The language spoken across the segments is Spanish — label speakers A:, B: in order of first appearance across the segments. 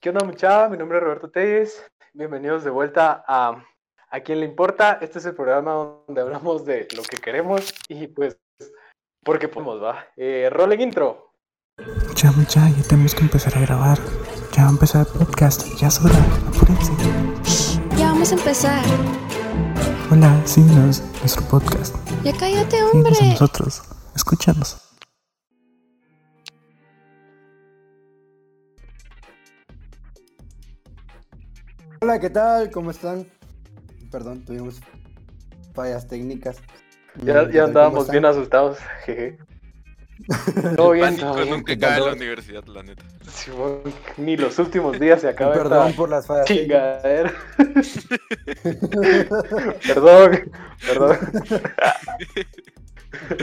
A: ¿Qué onda mucha? Mi nombre es Roberto Telles. Bienvenidos de vuelta a ¿A quién le importa? Este es el programa donde hablamos de lo que queremos y pues porque podemos, va. Eh, rolling intro.
B: Mucha, mucha, ya tenemos que empezar a grabar. Ya va a empezar el podcast, ya es hora, apúrense.
C: Ya vamos a empezar.
B: Hola, síguenos, nuestro podcast.
C: Ya cállate,
B: Síguenos a
C: hombre.
B: pues, nosotros, escúchanos.
D: Hola, ¿qué tal? ¿Cómo están? Perdón, tuvimos fallas técnicas. Mm,
A: Ya,
D: ¿qué
A: ya
D: tal?
A: andábamos
D: ¿Cómo
A: bien
D: están?
A: asustados. jeje. Todo bien, todo
E: pánico
A: bien.
E: nunca
D: ¿qué
E: cae
D: tal
E: en la
D: todo?
E: universidad, la neta.
A: Simón, ni los últimos días se acaba
D: Perdón
A: esta
D: por las fallas
A: chingadera. perdón, perdón.
D: técnicas.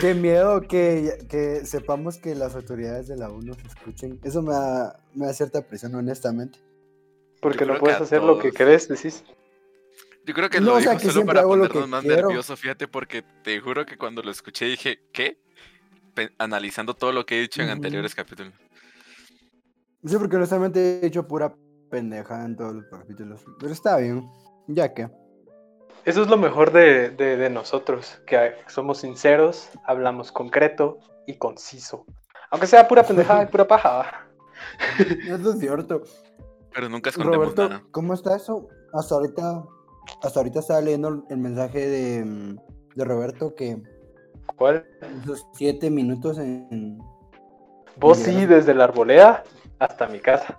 D: Qué miedo que, que sepamos que las autoridades de la U nos escuchen. Eso me da, me da cierta presión, honestamente.
A: Porque
E: Yo
A: no
E: creo
A: puedes
E: que a
A: hacer lo que
E: todos.
A: querés, decís.
E: Yo creo que
D: No,
E: lo
D: o sea,
E: dijo
D: que
E: solo
D: siempre
E: para
D: hago lo
E: ponernos
D: que
E: más
D: quiero.
E: nervioso, fíjate, porque te juro que cuando lo escuché dije, ¿qué? Pe- analizando todo lo que he dicho en
D: Ujú.
E: anteriores capítulos.
D: Sí, porque honestamente he hecho pura pendeja en todos los capítulos. Pero está bien, ya que.
A: Eso es lo mejor de, de- de nosotros, que somos sinceros, hablamos concreto y conciso. Aunque sea pura pendejada y pura paja. ¿va?
D: Eso es cierto.
E: Pero nunca escondemos
D: Roberto,
E: nada.
D: ¿cómo está eso? Hasta ahorita, hasta ahorita estaba leyendo el mensaje de, mm, de Roberto que
A: ¿Cuál?
D: esos siete minutos en.
A: Vos
D: Ya.
A: sí, desde la arboleda hasta mi casa.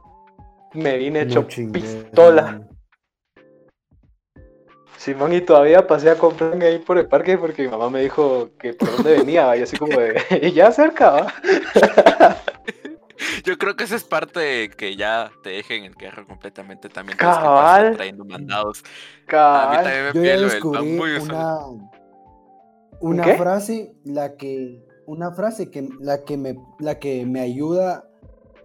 A: Me vine hecho
D: Lo chingué.
A: pistola. Simón, y todavía pasé a comprarme ahí por el parque porque mi mamá me dijo que por dónde venía. ¿va? Y así como de, ya cerca, ¿va?
E: Yo creo que esa es parte de que ya te dejen el carro completamente también. tienes que
A: Cabal.
E: pasar traiendo mandados. A mí
A: Cabal.
E: también me
D: Yo
E: pide
D: ya
E: lo del
D: descubrí
E: bambú y eso.
D: una, una
A: ¿Qué?
D: frase, la que. Una frase que la que me la que me ayuda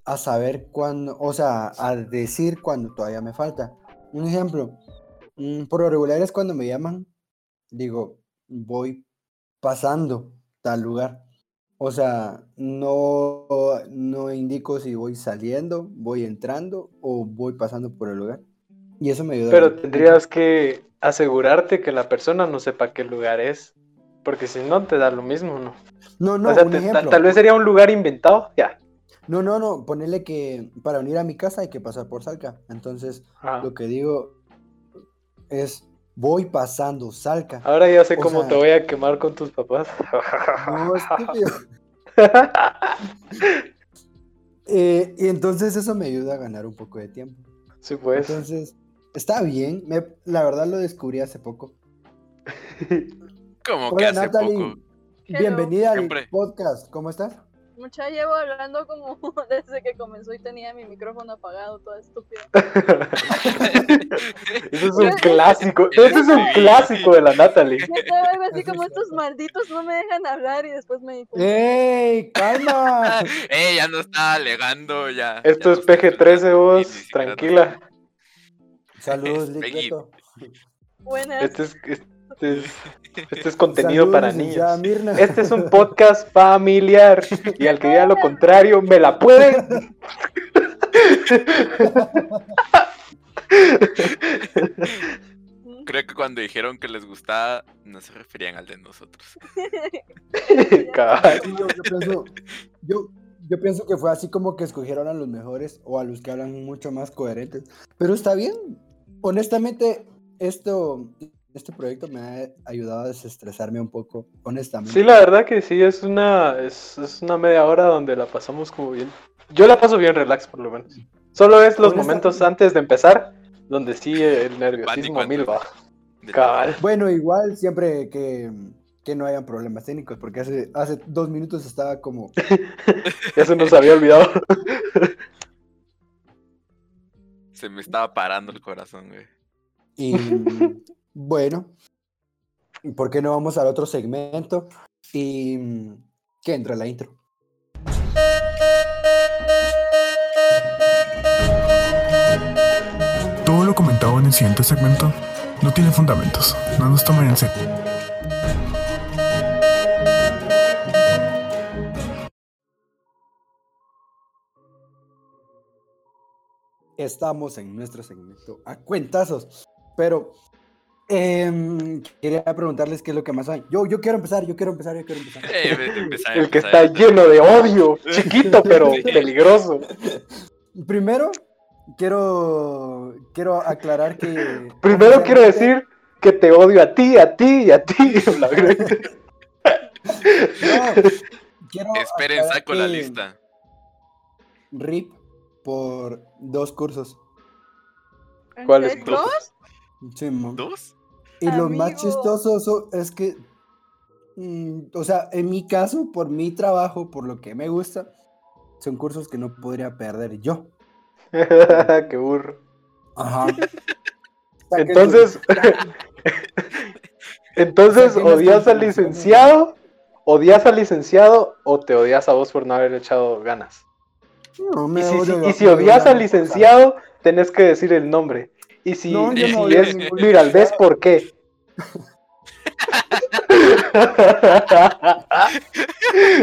D: a saber cuándo, o sea, a decir cuando todavía me falta. Un ejemplo, mm, por lo regular es cuando me llaman, digo, voy pasando tal lugar. O sea, no, no indico si voy saliendo, voy entrando o voy pasando por el lugar. Y eso me ayuda.
A: Pero
D: mucho.
A: tendrías que asegurarte que la persona no sepa qué lugar es. Porque si no, te da lo mismo, ¿no?
D: No, no,
A: o sea,
D: un
A: te- ta-
D: ejemplo.
A: tal vez sería un lugar inventado, ya.
D: No, no, no, ponerle que para venir a mi casa hay que pasar por Salca. Entonces,
A: Ajá.
D: lo que digo es, voy pasando Salca.
A: Ahora ya sé
D: o
A: cómo
D: sea-
A: te voy a quemar con tus papás.
D: No, estúpido. Eh, y entonces eso me ayuda a ganar un poco de tiempo.
A: sí, pues.
D: Entonces, está bien. me- la verdad lo descubrí hace poco.
E: Como que
D: Hola,
E: hace
D: Natalie.
E: poco.
F: Hello.
D: Bienvenida al
E: Siempre.
D: podcast. ¿Cómo estás?
F: Mucha llevo hablando como desde que comenzó y tenía mi micrófono apagado, toda estúpida.
A: Eso es un clásico. Eso es un clásico de la Natalie.
F: Yo estaba algo así
D: Eso es
F: como estos
D: cierto.
F: malditos no me dejan hablar y después me di cuenta.
D: Eh. ¡Ey! ¡Calma!
E: Eh, ya no está alegando, ya.
A: Esto
E: ya
A: es
E: no está
A: PG-13,
E: alegando, ni
A: vos.
E: siquiera nos-
A: Tranquila.
D: Saludos,
E: Peggy.
D: Liqueto.
F: Buenas.
A: Este es, este es, este es contenido para
D: licenciada
A: niños.
D: Mirna.
A: Este es un podcast familiar. Y al que diga lo contrario, me la pueden.
F: Mm.
E: Creo que cuando dijeron que les gustaba, no se referían al de nosotros.
A: Cabal.
D: Sí, yo, yo pienso, yo- yo pienso que fue así como que escogieron a los mejores o a los que hablan mucho más coherentes. Pero está bien. Honestamente, esto, este proyecto me ha ayudado a desestresarme un poco, honestamente.
A: Sí, la verdad que sí, es una, es, es una media hora donde la pasamos como bien. Yo la paso bien relax, por lo menos. Solo es los
D: Honestamente.
A: momentos antes de empezar, donde sí el nerviosismo
E: Pánico
A: a mil
E: antes.
A: va. Cabal.
D: Bueno, igual siempre que, que no hayan problemas técnicos, porque hace, hace dos minutos estaba como...
A: Ya se nos había olvidado.
E: Se me estaba parando el corazón, güey.
D: Y, bueno, ¿por qué no vamos al otro segmento? Y que entra la intro.
B: Todo lo comentado en el siguiente segmento no tiene fundamentos, no nos toman en serio.
D: estamos en nuestro segmento a cuentazos. Pero em, quería preguntarles qué es lo que más hay. Yo, yo quiero empezar, yo quiero empezar, yo quiero empezar.
E: Eh, ve- empezá,
A: El que
E: empezá.
A: pues, está lleno de odio, chiquito pero
E: Sí.
A: peligroso.
D: Primero, quiero, quiero aclarar que...
A: Primero quiero
D: oficialmente-
A: decir que te odio a ti, a ti y a ti. La verdad.
D: No, quiero
E: Esperen,
A: ah,
D: aclarar
E: saco la
D: que
E: lista.
D: RIP por dos cursos.
F: ¿En
A: ¿Cuáles
F: serio?
E: dos?
D: Sí, mo.
E: ¿Dos?
D: Y lo más
F: Amigo.
D: chistoso so- es que, mm, o sea, en mi caso, por mi trabajo, por lo que me gusta, son cursos que no podría perder yo.
A: Qué burro.
D: Ajá.
A: Entonces, entonces
D: Saquemos
A: odias al
D: conclusiones.
A: licenciado, odias al licenciado o te odias a vos por no haber echado ganas.
D: No, me
A: Y si,
D: odio
A: si-
D: yo-
A: y si
D: me odio
A: odias
D: la
A: al
D: neta.
A: licenciado, tenés que decir el nombre. Y si,
D: No,
E: yo
A: y
E: no
A: si
E: odio a
A: es
E: ningún
A: Miralbés, ¿por qué?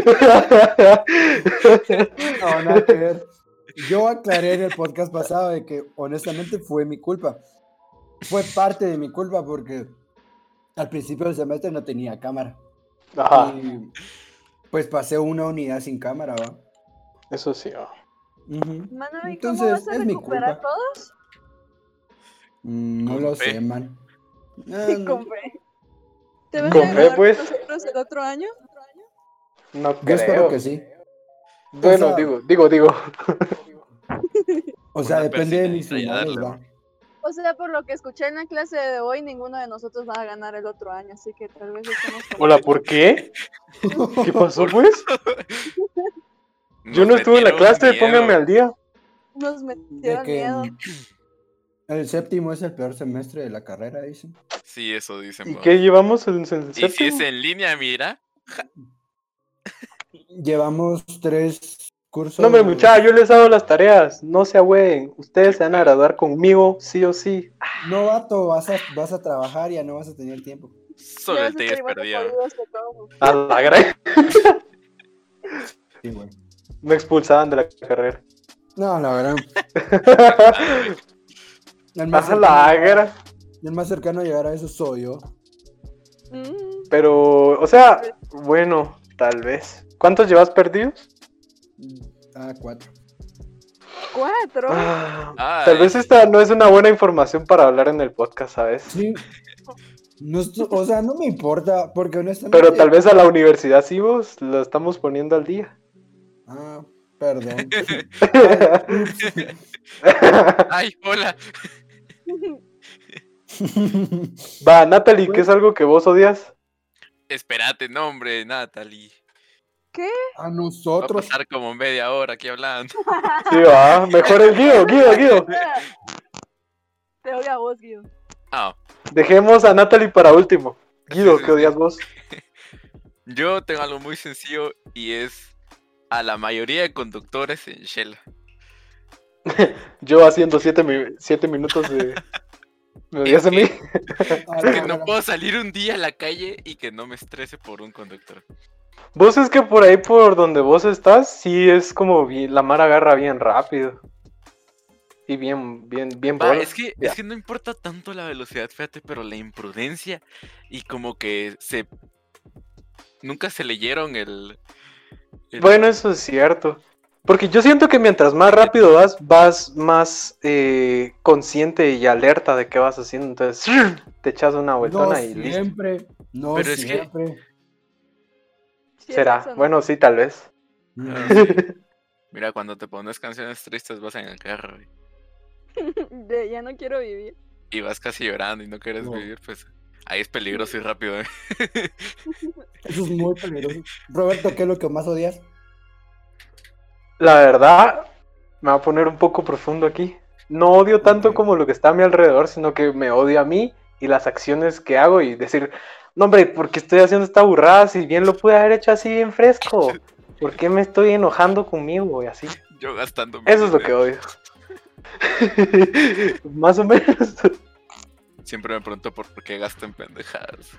D: No, nada que ver. Yo aclaré en el podcast pasado de que honestamente fue mi culpa. Fue parte de mi culpa porque al principio del semestre no tenía cámara.
A: Ajá,
D: Y pues pasé una unidad sin cámara, ¿va?
A: eso sí. ah.
D: Ujú.
F: Mano, ¿y
D: Entonces,
F: cómo vas a
D: es mi
F: recuperar
D: culpa.
F: todo?
D: Mm, No
E: Con
D: lo
E: fe.
D: sé, man. Ah,
F: Sí,
D: no.
F: con fe. ¿Te vas
A: Con
F: a
A: fe,
F: graduar con
A: pues.
F: nosotros el otro año?
A: No
D: Yo espero
A: creo.
D: que sí.
A: Bueno,
D: O sea-
A: digo, digo, digo.
D: O sea,
E: Una
D: depende de
E: persinadita
D: mis
E: y a
D: finales,
E: darle,
D: ¿va?
F: O sea, por lo que escuché en la clase de hoy, ninguno de nosotros va a ganar el otro año, así que tal vez estemos con-
A: Hola, ¿por qué? ¿Qué pasó, pues? Yo
E: Nos
A: no estuve en la
E: metieron
A: clase,
E: miedo.
A: pónganme al día.
F: Nos
D: De
F: metieron
D: que,
F: miedo.
D: mm, El séptimo es el peor semestre de la carrera, dicen.
E: Sí, eso dicen.
A: ¿Y
E: po.
A: qué llevamos en el
E: Y si
A: séptimo?
E: es en línea, mira.
D: Llevamos tres cursos.
A: No, hombre, muchachos, yo les hago las tareas. No se agüen. Ustedes se van a graduar conmigo, sí o sí.
D: Novato, vas a, vas a trabajar, ya no vas a tener tiempo.
E: Solo
F: Ya
E: el
F: se
E: Telles
F: igual de
E: perdió.
F: jodidos que todos.
A: A la gran...
D: Sí, güey.
A: Me expulsaban de la carrera.
D: No, la verdad. El más,
A: A
D: cercano,
A: la gran...
D: el más cercano a llegar a eso soy yo.
F: Mm,
A: Pero, o sea, bueno, tal vez. ¿Cuántos llevas perdidos?
D: Ah, cuatro.
F: Cuatro.
A: Ah,
E: Ay.
A: tal vez esta no es una buena información para hablar en el podcast, ¿sabes?
D: Sí. No estu- o sea, no me importa, porque honestamente.
A: Pero tal vez a la universidad sí vos lo estamos poniendo al día.
D: Ah, perdón.
E: Ay, hola.
A: Va, Natalie, ¿qué es algo que vos odias?
E: Espérate, nombre, Natalie.
D: a
E: Va a
D: nosotros.
E: pasar como media hora aquí hablando.
A: Sí, va, mejor el Guido, Guido, Guido.
F: Te odio a vos, Guido.
E: Ah,
A: Dejemos a Natalie para último. Guido, ¿qué odias vos?
E: yo tengo algo muy sencillo y es a la mayoría de conductores en Shell.
A: Yo haciendo siete, mi- siete minutos de... ¿Me odias a mí?
D: A la
E: Que no
D: verga.
E: puedo salir un día a la calle y que no me estrese por un conductor.
A: Vos es que por ahí, por donde vos estás, sí es como bien- la mar agarra bien rápido. Y bien, bien, bien
E: Va,
A: bola.
E: Ah, es que,
A: Ya.
E: es que no importa tanto la velocidad, fíjate, pero la imprudencia y como que se... Nunca se leyeron el... el-
A: Bueno, eso es cierto. Porque yo siento que mientras más rápido vas, vas más eh, consciente y alerta de qué vas haciendo. Entonces, te echas una
D: No
A: vueltona y Pues, listo.
D: siempre. No
E: Pero es que-
D: siempre.
F: Sí,
A: Será.
F: eso, ¿no?
A: Bueno, sí, tal vez.
E: Ah, sí. Mira, cuando te pones canciones tristes vas en el carro y-
F: De, ya no quiero vivir.
E: y vas casi llorando y no quieres
D: No.
E: vivir, pues ahí es peligroso y rápido. ¿eh?
D: Eso es muy peligroso. Roberto, ¿qué es lo que más odias?
A: La verdad, me va a poner un poco profundo aquí. No odio tanto
D: Ok.
A: como lo que está a mi alrededor, sino que me odio a mí y las acciones que hago y decir, no hombre, ¿por qué estoy haciendo esta burrada si bien lo pude haber hecho así bien fresco? ¿Por qué me estoy enojando conmigo y así?
E: Yo gastando... mi
A: Eso es lo que
E: dinero.
A: odio. Más o menos.
E: Siempre me pregunto por por qué gasto en pendejadas.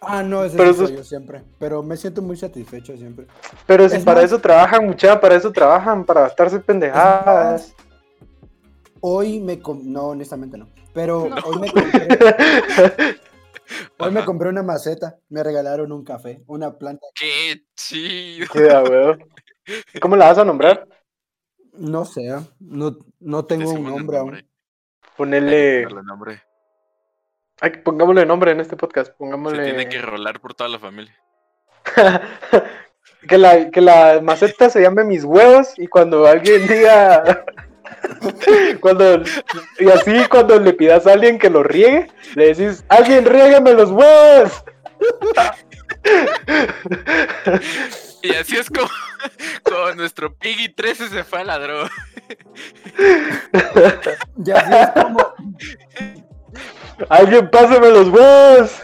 D: Ah, no, ese
A: Pero
D: sí
A: eso-
D: soy yo siempre. Pero me siento muy satisfecho siempre.
A: Pero si
D: Es
A: para
D: más-
A: eso trabajan, mucha, para eso trabajan, para gastarse pendejadas.
D: Hoy me... com- No, honestamente no. Pero
F: No.
D: hoy me compré... Hoy me
E: Ajá.
D: compré una maceta, me regalaron un café, una planta.
E: ¡Qué chido!
A: Qué da, weón. ¿Cómo la vas a nombrar?
D: No sé, ah, no, no
A: Este
D: tengo un
E: Decimos el
D: nombre aún.
E: nombre, hay que
A: Ponele.
E: ponerle nombre.
A: Ay, pongámosle nombre en este podcast. Pongámosle.
E: Se tiene que rolar por toda la familia.
A: que, la, que la maceta se llame mis huevos y cuando alguien diga. cuando Y así, cuando le pidas a alguien que lo riegue, le decís: ¡Alguien riégame los huevos!
E: Y así es como, como nuestro Piggy 13 se fue a la droga.
D: Ya así es como,
A: ¡Alguien pásame los huevos!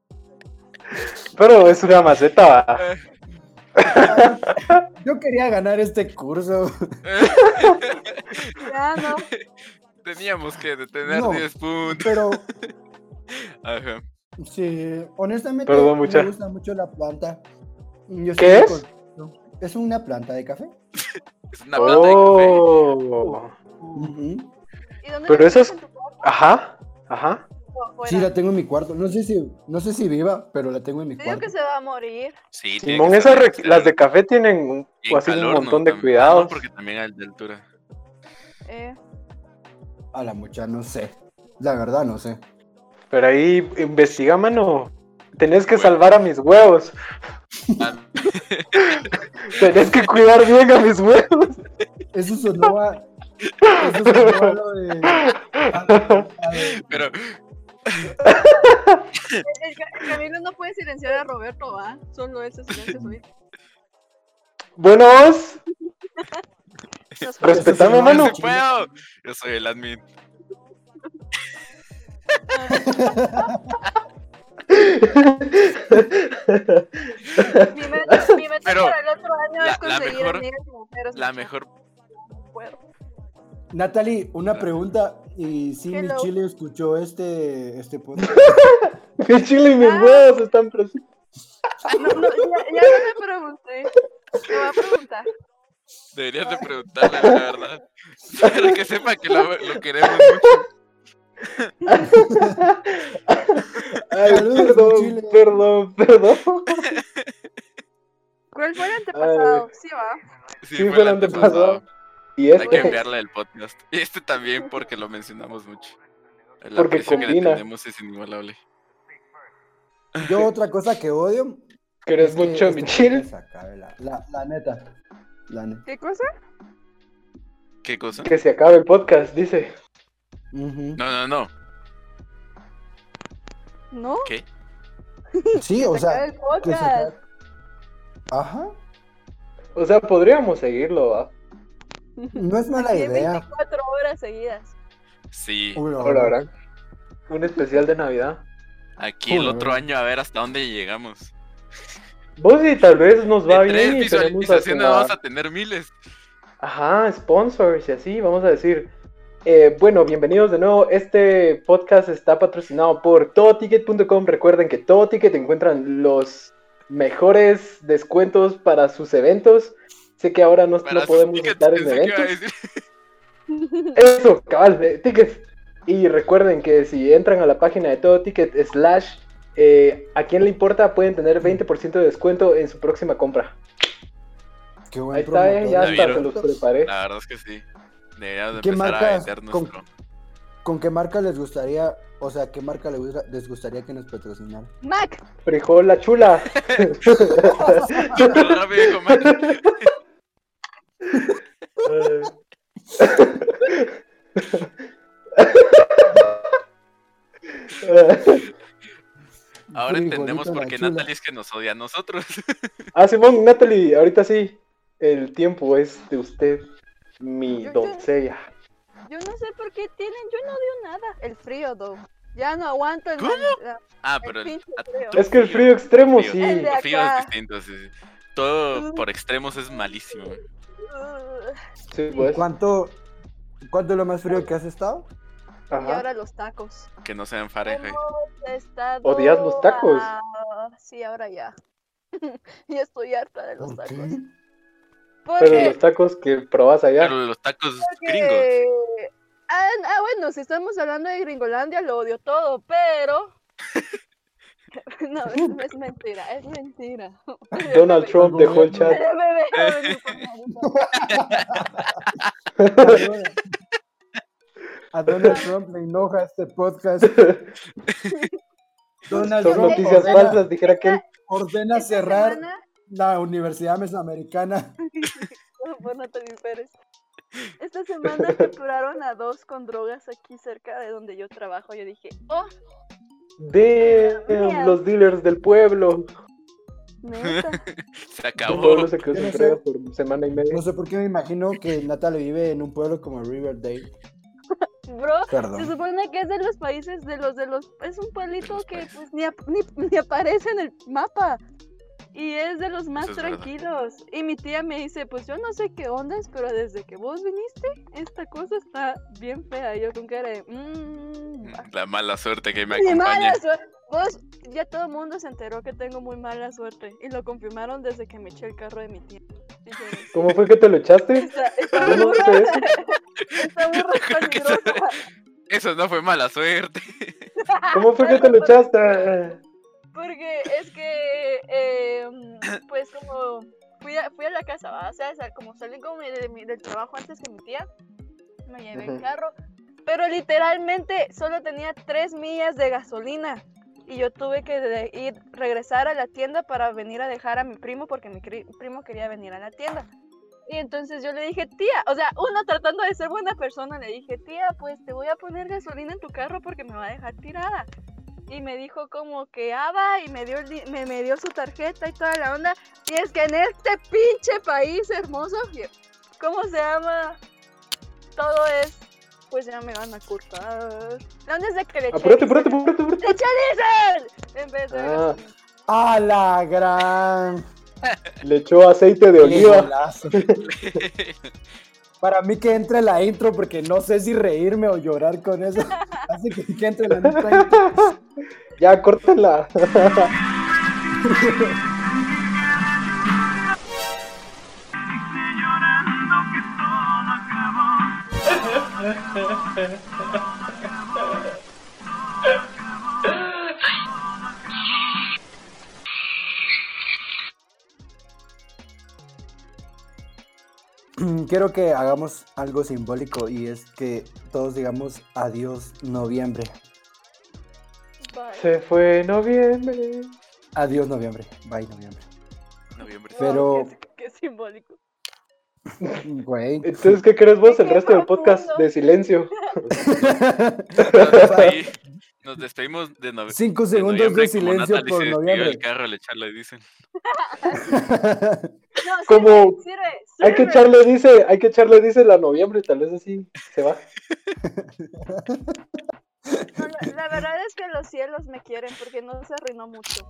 A: Pero es una maceta, va.
D: yo quería ganar este curso.
F: Ya no.
E: Teníamos que detener
D: No.
E: 10 puntos.
D: Pero
E: Ajá.
D: sí, honestamente
A: Perdón, mucha.
D: me gusta mucho la planta. Yo
A: ¿Qué
D: estoy
A: es?
D: contento. Es una planta de café.
E: Es una planta de café.
A: Oh.
F: Mm.
D: Ujú.
F: ¿Y dónde
A: Pero
F: la
A: eso es-
F: tienes en tu cuarto
A: Ajá, ajá.
F: o afuera?
D: Sí, la tengo en mi cuarto. No sé si, no sé si viva, pero la tengo en mi
F: Te digo
D: cuarto.
F: que se va a morir.
E: Sí, tiene
A: Simón,
E: que
A: esas
E: estar
A: re- las de
E: exterior.
A: café tienen un,
E: Y en
A: así un
E: calor, ¿no?
A: montón de
E: También- Ah,
A: cuidados.
E: No, porque también hay de altura.
F: Eh,
D: A la mucha, no sé. La verdad, no sé.
A: Pero ahí investiga, mano. Tenés que
E: Bueno.
A: salvar a mis huevos.
E: Ah,
A: Tenés que cuidar bien a mis huevos.
D: Eso sonó a. Eso sonó a lo de. a- a-
E: Pero
F: el, Ca- el Camilo no puede silenciar a Roberto, ¿va? Solo él se silencia solito.
A: Bueno, vos,
F: Nos falta-
A: respetame,
D: sí,
E: no
A: mano.
E: se puedo. Yo soy el admin.
F: Mi meta, mi meta
E: Pero
F: para el otro año
E: la-
F: es
E: la
F: conseguir
E: mejor-
F: el nivel de mujeres.
E: La
F: mucha,
E: mejor.
F: no puedo.
D: Natalie, una pregunta. ¿Y si mi
F: Hello.
D: chile escuchó este, este podcast?
A: Mi chile y mis
F: Ah.
A: huevos están presentes.
F: No, no, ya, ya no te pregunté. Te voy a preguntar.
E: Deberías de preguntarle, la verdad. Para que sepa que lo, lo queremos mucho.
A: Ay,
D: Saludos, mi chile.
A: perdón, perdón, perdón.
F: ¿Cuál fue el antepasado? Sí, va.
A: Sí,
E: Sí, fue
A: fue
E: el
A: el antepasado. Y
E: Hay
A: este,
E: que enviarle el podcast. Y este también porque lo mencionamos mucho. El
A: Porque
E: aprecio que le
A: combina.
E: tenemos es inigualable.
D: Yo otra cosa que odio.
A: ¿querés
D: es que
A: mucho a mi
D: este
A: chile?
D: podcast se acabe, La, la, la neta. La neta.
F: ¿Qué cosa?
E: ¿Qué cosa?
A: Que se acabe el podcast, dice.
D: Ujú.
E: No, no, no.
F: ¿No?
E: ¿Qué?
D: Sí, o
F: Se acaba
D: sea.
F: el
D: que se
F: podcast.
D: acabe. Ajá.
A: O sea, podríamos seguirlo, va.
D: No es mala
F: Aquí hay
D: idea.
F: 24 horas seguidas.
E: Sí.
D: Uno,
A: Hola, gran. Un especial de Navidad.
E: Aquí el
D: Joder.
E: otro año a ver hasta dónde llegamos.
A: Vos y tal vez nos va
E: De tres
A: bien y tenemos
E: visualizaciones
A: hasta-
E: vamos a tener miles.
A: Ajá, sponsors y así, vamos a decir. Eh, bueno, bienvenidos de nuevo. Este podcast está patrocinado por todoticket.com. Recuerden que todoticket encuentran los mejores descuentos para sus eventos. Sé que ahora no, no
E: sus
A: podemos
E: tickets,
A: estar en
E: pensé que iba a
A: eventos.
E: decir.
A: Eso, cabal, de tickets. Y recuerden que si entran a la página de todo ticket slash eh, a quién le importa, pueden tener 20% de descuento en su próxima compra.
D: Qué buen
A: Ahí está, eh,
D: promotor.
A: ya
E: ¿La
A: hasta se
E: vieron?
A: los preparé.
E: La verdad es que sí. Deberíamos de
D: ¿Qué
E: empezar a
D: marcas
E: vender
D: con-
E: nuestro.
D: ¿Con qué marca les gustaría.? O sea, ¿qué marca les gusta- les gustaría que nos patrocinara?
F: Mac,
A: Frijol la chula.
E: Pero rápido, hijo, man.
A: Eh, Eh,
E: Ahora
D: Frijolito
E: entendemos
D: la
E: por qué
D: chula.
E: Natalie es que nos odia a nosotros.
A: ah, Simón, Natalie, ahorita sí. El tiempo es de usted, mi
F: Yo- yo-
A: doncella.
F: yo no sé por qué tienen, yo no odio nada. El frío, though. Ya no aguanto el,
E: ¿Cómo?
F: la-
E: Ah,
F: el
E: pero el,
F: pinche frío.
A: Es que el frío extremo,
E: Frío.
A: sí.
F: de
E: el frío es
F: acá.
E: distinto. sí, sí. Todo por extremos es malísimo.
F: Ugh.
A: Sí, pues.
D: ¿Cuánto, ¿Cuánto es lo más frío que has estado?
F: Y
A: Ajá.
F: ahora los tacos.
E: Que no sean Fahrenheit.
F: Hemos estado
A: ¿Odias los tacos?
F: a- Sí, ahora ya. ya estoy harta de los
D: ¿Por
F: tacos.
D: qué?
A: Pero
F: Porque,
A: los tacos que probás allá.
E: Pero los tacos gringos.
F: porque... Ah, n- ah, bueno, si estamos hablando de Gringolandia, lo odio todo, pero... No, es, es mentira, es mentira.
A: Donald Trump dejó el chat.
F: Espérame, déjame mi comentario.
D: A Donald Trump le enoja este podcast. Donald
A: Son
D: Trump
A: noticias
D: ordena,
A: falsas, dijera aquel.
D: ordena
F: Esta
D: cerrar
F: semana-
D: la Universidad Mesoamericana.
F: No, por Natalie Pérez. Esta semana capturaron a dos con drogas aquí cerca de donde yo trabajo. Yo dije, oh,
A: De eh, los dealers del pueblo.
F: neta.
E: Se
A: El pueblo
E: acabó.
A: se quedó
D: Yo
A: sin
D: no sé.
A: pruebas por semana y media.
D: No sé por qué me imagino que Natalia vive en un pueblo como Riverdale.
F: Bro, se
D: Perdón.
F: supone que es de los países de los de los. Es un pueblito que pues ni, ap- ni, ni aparece en el mapa. Y es de los más
E: Eso es verdad.
F: tranquilos. Y mi tía me dice, pues yo no sé qué ondas, pero desde que vos viniste, esta cosa está bien fea. Y yo con cara de, mmm,
E: La mala suerte que me
F: Mi mala
E: acompaña.
F: suerte. Vos, ya todo el mundo se enteró que tengo muy mala suerte. Y lo confirmaron desde que me eché el carro de mi tía. Dijeron,
A: ¿Cómo fue que te lo echaste?
F: Está, está
A: Yo no
F: burra,
A: sé eso.
F: está burra
E: creo que
F: peligrosa".
E: Eso no fue mala suerte.
A: ¿Cómo fue que te lo echaste? Ah,
F: Porque es que, eh, pues como fui a, fui a la casa, ¿va? o sea, sal- como salí como de, mi- del trabajo antes que mi tía, me llevé el
A: Ujú.
F: carro, pero literalmente solo tenía tres millas de gasolina y yo tuve que de- ir, regresar a la tienda para venir a dejar a mi primo porque mi cri- primo quería venir a la tienda. Y entonces yo le dije, tía, o sea, uno tratando de ser buena persona, le dije, tía, pues te voy a poner gasolina en tu carro porque me va a dejar tirada. Y me dijo como que aba y me dio, el di- me, me dio su tarjeta y toda la onda. Y es que en este pinche país hermoso, que- ¿cómo se llama? Todo es, pues ya me van a culpar. La onda es de que le eché
A: Apúrate,
F: diésel-
A: apúrate, apúrate, apúrate.
F: ¡Le eché diésel! En vez de
A: Ah.
F: gasolina.
D: ¡A la gran!
A: Le echó aceite de oliva.
D: Golazo. Para mí que entre la intro porque no sé si reírme o llorar con eso. Así que que entre la intro.
A: Ya, córtala.
D: Mm, Quiero que hagamos algo simbólico y es que todos digamos adiós noviembre.
F: Bye.
A: Se fue noviembre.
D: Adiós noviembre. Bye noviembre.
E: Noviembre.
F: Wow,
D: pero-
F: qué- Qué simbólico.
D: Güey.
A: Entonces, ¿qué crees vos?
F: Qué
A: El resto del podcast
F: profundo.
A: de silencio.
E: Nos, despedí- nos despedimos de, nove-
D: Cinco
E: de
D: segundos
E: Pues,
D: de
E: noviembre como
D: silencio
E: Natalie
D: por
E: se despidió
D: noviembre.
E: del carro al echarle dicen.
F: No, sirve,
A: Como-
F: sirve,
A: Hay que
F: sirve.
A: echarle, dice, hay que echarle, dice, la noviembre, tal vez así se va.
F: No, la, la verdad es que los cielos me quieren porque no se arruinó mucho.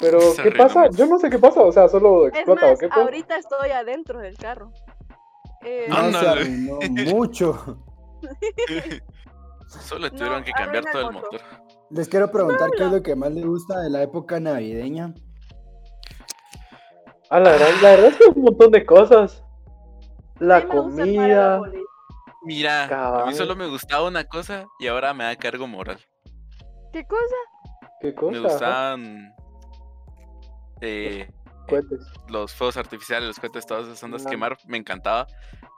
A: Pero,
E: Se
A: ¿qué
E: arruinó
A: pasa?
E: mucho.
A: Yo no sé qué pasa, o sea, solo
F: Es
A: explota o
F: más,
A: qué pedo?
F: ahorita estoy adentro del carro. Eh,
D: No se
E: Ándale.
D: arruinó mucho.
E: Solo tuvieron que cambiar
F: arruina
E: todo el
F: el motor.
E: motor.
D: Les quiero preguntar qué es lo que más les gusta de la época navideña.
A: Ah, la verdad, la verdad es que un montón de cosas.
F: a
A: La
F: mí me gusta armar el
A: comida.
F: arbolito.
E: Mira, a
A: Cabal.
E: mí solo me gustaba una cosa y ahora me da cargo moral.
F: ¿Qué cosa?
A: ¿Qué cosa?
E: Me
A: ajá,
E: gustaban eh,
A: Cohetes.
E: los fuegos artificiales, los cohetes, todas esas ondas
A: Ah.
E: quemar, me encantaba,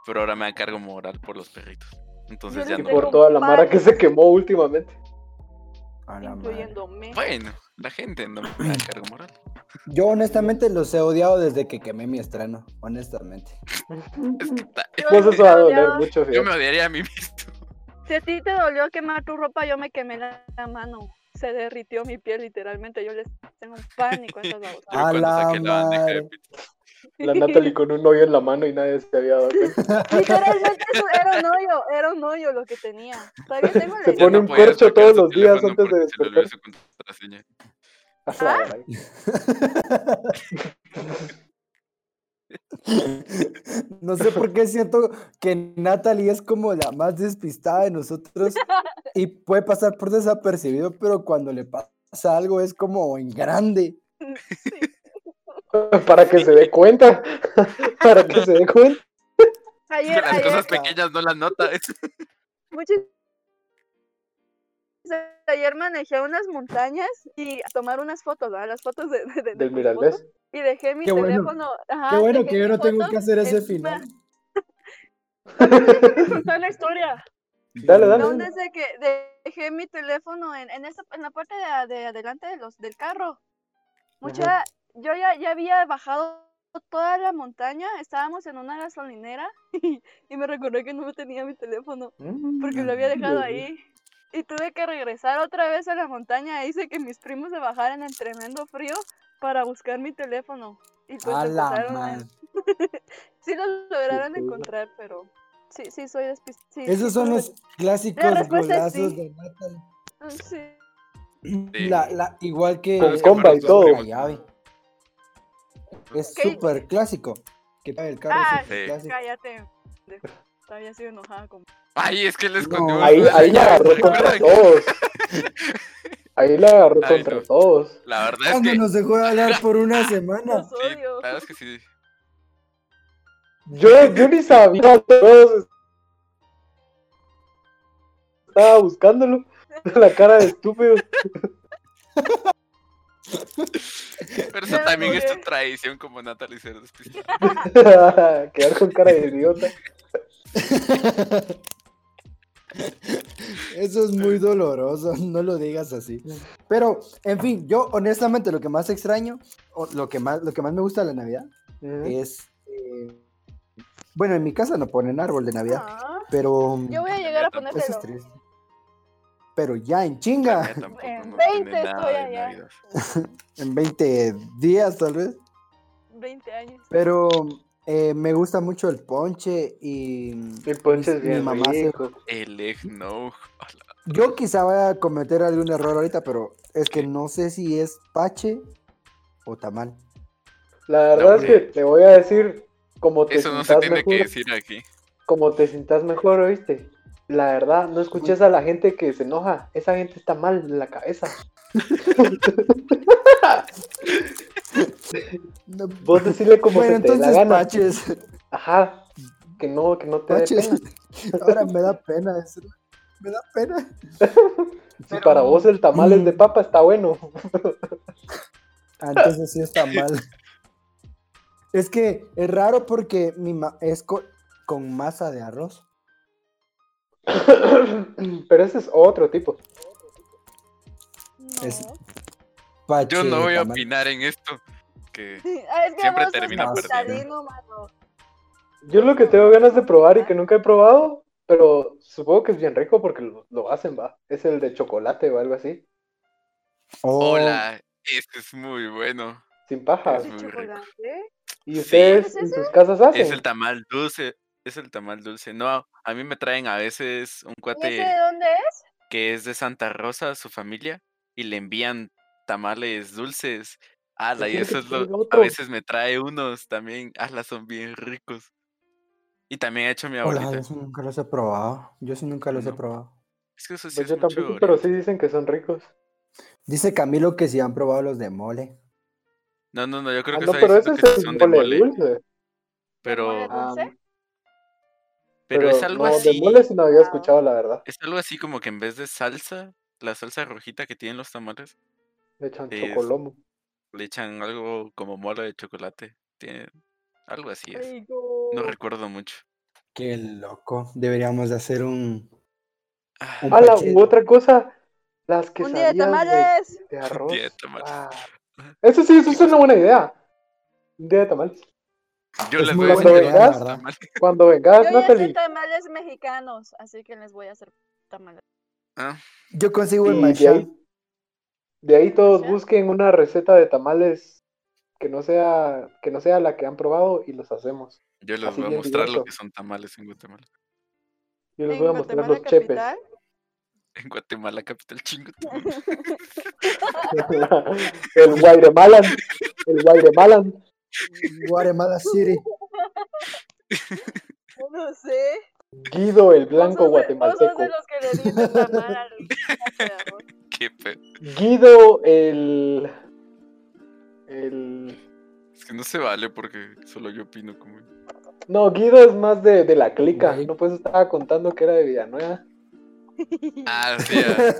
E: pero ahora me da cargo moral por los perritos. Entonces
F: Yo
E: ya
F: les
A: Y
E: no.
F: tengo-
A: por toda la mara que se quemó últimamente.
D: A la madre.
F: Incluyéndome.
E: Bueno, la gente no me da cargo moral.
D: Yo honestamente los he odiado desde que quemé mi estreno, honestamente.
E: Es que ta-
F: Yo
A: Pues eso
F: te
A: va a
F: dolió-
A: doler mucho,
E: yo
A: fíjate.
E: me odiaría a mí mismo.
F: Si a ti te dolió quemar tu ropa, yo me quemé la, la mano. Se derritió mi piel literalmente. Yo les tengo pánico a esas
E: Yo
F: babosadas.
D: A
E: cuando
D: la
E: saqué la bandeja de
D: madre.
E: pizza.
A: Ah, La Natalie con un hoyo en la mano y nadie se había dado cuenta.
F: Literalmente eso era un hoyo, era un hoyo lo que tenía. Todavía tengo
A: Se
F: la
E: Ya
A: pone
E: no
A: un
E: podía
A: corcho
E: sacar
A: todos
E: su
A: los días
E: teléfono
A: antes de
E: porque se le olvidó
A: despertar.
E: su contraseña.
A: A la
D: Ah.
A: verga.
D: No sé por qué siento que Natalie es como la más despistada de nosotros y puede pasar por desapercibido, pero cuando le pasa algo es como en grande.
A: Para que se dé cuenta. Para que se dé cuenta.
E: Que
F: Ayer,
E: las cosas
F: ayer,
E: pequeñas no las notas.
F: muchas- ayer manejé unas montañas y a tomar unas fotos, ¿verdad? Las fotos de, de- de-
A: Del
F: de fotos.
A: Miralbés.
F: Y dejé mi
D: Qué bueno.
F: teléfono. ajá,
D: Qué bueno
F: dejé
D: que yo
F: mi
D: no tengo
F: foto
D: que hacer ese
F: en-
D: final.
F: Contó la historia.
A: Dale, dale.
F: No, desde que dejé mi teléfono en, en, esa, en la parte de, a- de adelante de los, del carro. Mucha, yo ya, ya había bajado toda la montaña, estábamos en una gasolinera y, y me recordé que no tenía mi teléfono
D: Mm.
F: porque
D: Ah,
F: lo había dejado ahí. Y tuve que regresar otra vez a la montaña. e Hice que mis primos se bajaran en tremendo frío para buscar mi teléfono. Y pues
D: A la
F: empezaron a-
D: madre.
F: Sí lo lograron
A: Ujú.
F: encontrar, pero sí, sí soy despist... sí,
D: Esos
F: sí
D: son
F: soy
D: los clásicos
F: La respuesta es
D: golazos
F: sí.
D: de Natalie.
F: des- mm, Sí.
E: Sí.
D: La, la, igual que
A: Con comba y todo.
D: La llave. Es
F: ¿Qué?
D: súper clásico. Que pague el carro.
F: Ah,
D: es súper
E: sí.
D: clásico.
F: Cállate. pendejo. Todavía sido enojada con.
E: Ay, es que le
D: No.
E: escondió.
A: Ahí, ahí la agarró contra
E: Recuerda que-
A: todos. Ahí la agarró
E: Ay,
A: contra
E: no.
A: todos.
E: La verdad es
D: Cuando
E: que.
D: nos dejó de hablar por una
F: Los
D: semana.
E: sí,
F: odio.
E: la verdad es que sí.
A: Yo, yo ni sabía todos. Estaba buscándolo. La cara de estúpido.
E: Pero
F: Ya
E: eso
F: me
E: también es tu
F: mudé.
E: tradición como Natalie ser despistada.
A: Quedar con cara de idiota.
D: Eso es muy doloroso, no lo digas así. Pero, en fin, yo honestamente lo que más extraño, o lo que más, lo que más me gusta de la Navidad,
A: Ujú.
D: es... eh, bueno, en mi casa no ponen árbol de Navidad,
F: Ah,
D: pero... mm,
F: yo voy a llegar a
E: Yo tampoco.
D: Eso es
F: ponértelo.
D: triste. Pero ya en
E: La
D: chinga,
E: mía tampoco
F: En
E: no
F: 20
E: tiene nada
F: estoy
E: de
F: allá.
E: Navidad.
D: en 20 días tal vez.
F: 20 años.
D: Pero eh, me gusta mucho el ponche y
A: Mi ponche es
D: Mi
A: bien
D: mamá se-
A: rico.
E: El eggnog.
D: yo quizá vaya a cometer algún error ahorita, pero es que no sé si es pache o tamal.
A: La verdad es que
E: hombre.
A: te voy a decir como te
E: Eso no se
A: sintás
E: tiene que
A: mejor,
E: decir aquí.
A: como te sientas mejor, ¿oíste? La verdad, no escuches a la gente que se enoja. Esa gente está mal en la cabeza.
D: No,
A: Vos decirle como
D: bueno,
A: se te dé la
D: entonces
A: gana.
D: paches,
A: Ajá. Que no, que no te dé
D: paches.
A: pena.
D: Ahora me da pena decirlo, Me da pena.
A: Si para vos el tamal es de
D: Mm.
A: papa, está bueno.
D: Ah, entonces sí está mal. Es que es raro porque mi ma- es co- con masa de arroz.
A: Pero ese es otro tipo.
F: No.
D: Es-
F: Ah,
D: Pache,
E: Yo no voy a
D: tamal.
E: opinar en esto. Que
F: ah, Es que
E: Siempre
F: vos sos
E: termina
D: perdiendo.
F: citadino, mano.
A: Yo lo que tengo ganas de probar y que nunca he probado, pero supongo que es bien rico porque lo, lo hacen, va. Es el de chocolate o algo así.
D: Oh,
E: hola, este es muy bueno.
A: Sin
D: Ah,
A: paja.
E: Es
F: ¿De
E: muy rico.
F: chocolate?
A: ¿Y
E: Sí.
A: ustedes
F: ¿Es
A: en
F: ese?
A: sus casas hacen? Pues
E: Es el tamal dulce. Es el tamal dulce. No, a mí me traen a veces un
F: ¿Y ese de
E: cuate
F: dónde es?
E: que es de Santa Rosa, su familia, y le envían tamales dulces. Ala, y
A: tiene que
E: eso es
A: traer
E: lo. A
A: otro.
E: veces me trae unos también. Ala, son bien ricos. Y también ha hecho mi
D: Oh, hola,
E: abuelita.
D: yo sí nunca los he probado. Yo sí nunca los he
E: No.
D: probado.
E: Es que eso sí
A: Pues
E: es
A: yo
E: mucho
A: tampoco,
E: ori-
A: pero sí dicen que son ricos.
D: Dice Camilo que sí han probado los de mole.
E: No, no, no, yo creo
A: Ah,
E: que
A: no,
E: está
A: pero ese
E: diciendo
A: es
E: que sí
A: el
E: son de
A: mole
E: mole.
A: dulce.
E: Pero,
F: mole
A: Ah,
F: ¿Dulce?
E: pero es algo
A: no,
E: así.
A: De mole sí no había
F: Ah.
A: escuchado, la verdad.
E: Es algo así como que en vez de salsa, la salsa rojita que tienen los tamales,
A: Le echan
E: Sí, es-
A: chocolomo.
E: le echan algo como mola de chocolate. Tiene... Algo así es.
F: Rico.
E: No recuerdo mucho.
D: Qué loco. Deberíamos de hacer un.
E: Ah,
D: un
A: Ah, la,
D: pache-
A: u otra cosa. Las
F: Un día de
A: quesadillas de,
F: tamales.
A: de arroz.
E: día de tamales.
A: Ah. Eso sí, eso es una buena idea. Un día de tamales.
E: Ah, Yo
D: es
E: les
D: muy
E: voy a
A: buena
E: hacer
A: idea, la
E: unos
D: verdad.
E: tamales.
A: Cuando
F: Yo
A: vengas,
F: ya
A: Natalie.
F: sé tamales mexicanos, así que les voy a hacer tamales.
D: Yo consigo el
A: Y de
D: Maichan.
A: ahí, de ahí todos
F: Maichan.
A: busquen una receta de tamales que no sea que no sea la que han probado y los hacemos.
E: Yo les
A: Así
E: voy a
A: bien
E: mostrar lo
A: directo.
E: que son tamales en Guatemala.
A: Yo les
F: En
A: voy a mostrar
F: Guatemala
A: los chepes.
F: capital,
E: En Guatemala, capital chingo. tu madre.
A: el Guayremalan. El Guayremalan.
D: Guatemala City.
F: no sé.
A: Guido el
F: Vos sos
A: Blanco
F: de- Vos
A: guatemalteco.
F: sos de los que le dicen tamal al
E: Qué pedo.
A: Guido el. El.
E: Es que no se vale porque solo yo opino como.
A: No, Guido es más de, de la clica.
D: Güey.
A: No, pues estaba contando que era de Villanueva.
E: Ah, sí, ah,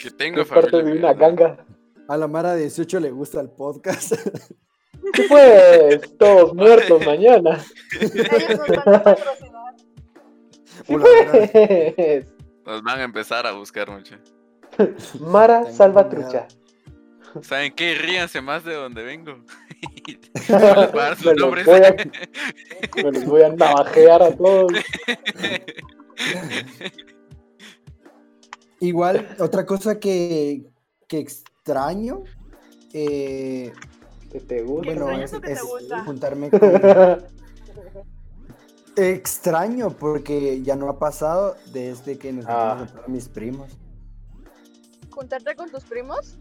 E: que tengo
A: es parte de
E: familia,
A: una
E: ¿no?
A: ganga.
D: A la Mara 18 le gusta el podcast.
A: Sí, Pues, todos muertos mañana.
F: Ellos nos van a patrocinar.
A: Sí,
D: Hola, Mara.
A: pues.
E: Nos van a empezar a buscar mucho.
A: Mara
D: Tengo
A: Salvatrucha.
E: ¿Saben qué? Ríanse más de donde vengo. les voy a dar sus
A: Me los
E: nombres.
A: voy a- me los voy a navajear a todos.
D: Igual, otra cosa que, que extraño, eh,
A: Que te gusta.
D: bueno,
F: extraño
D: es,
F: eso que te
D: es
F: gusta.
D: juntarme con... extraño, porque ya no ha pasado desde que nos
A: Ah.
D: juntamos con mis primos.
F: ¿Juntarte con tus primos?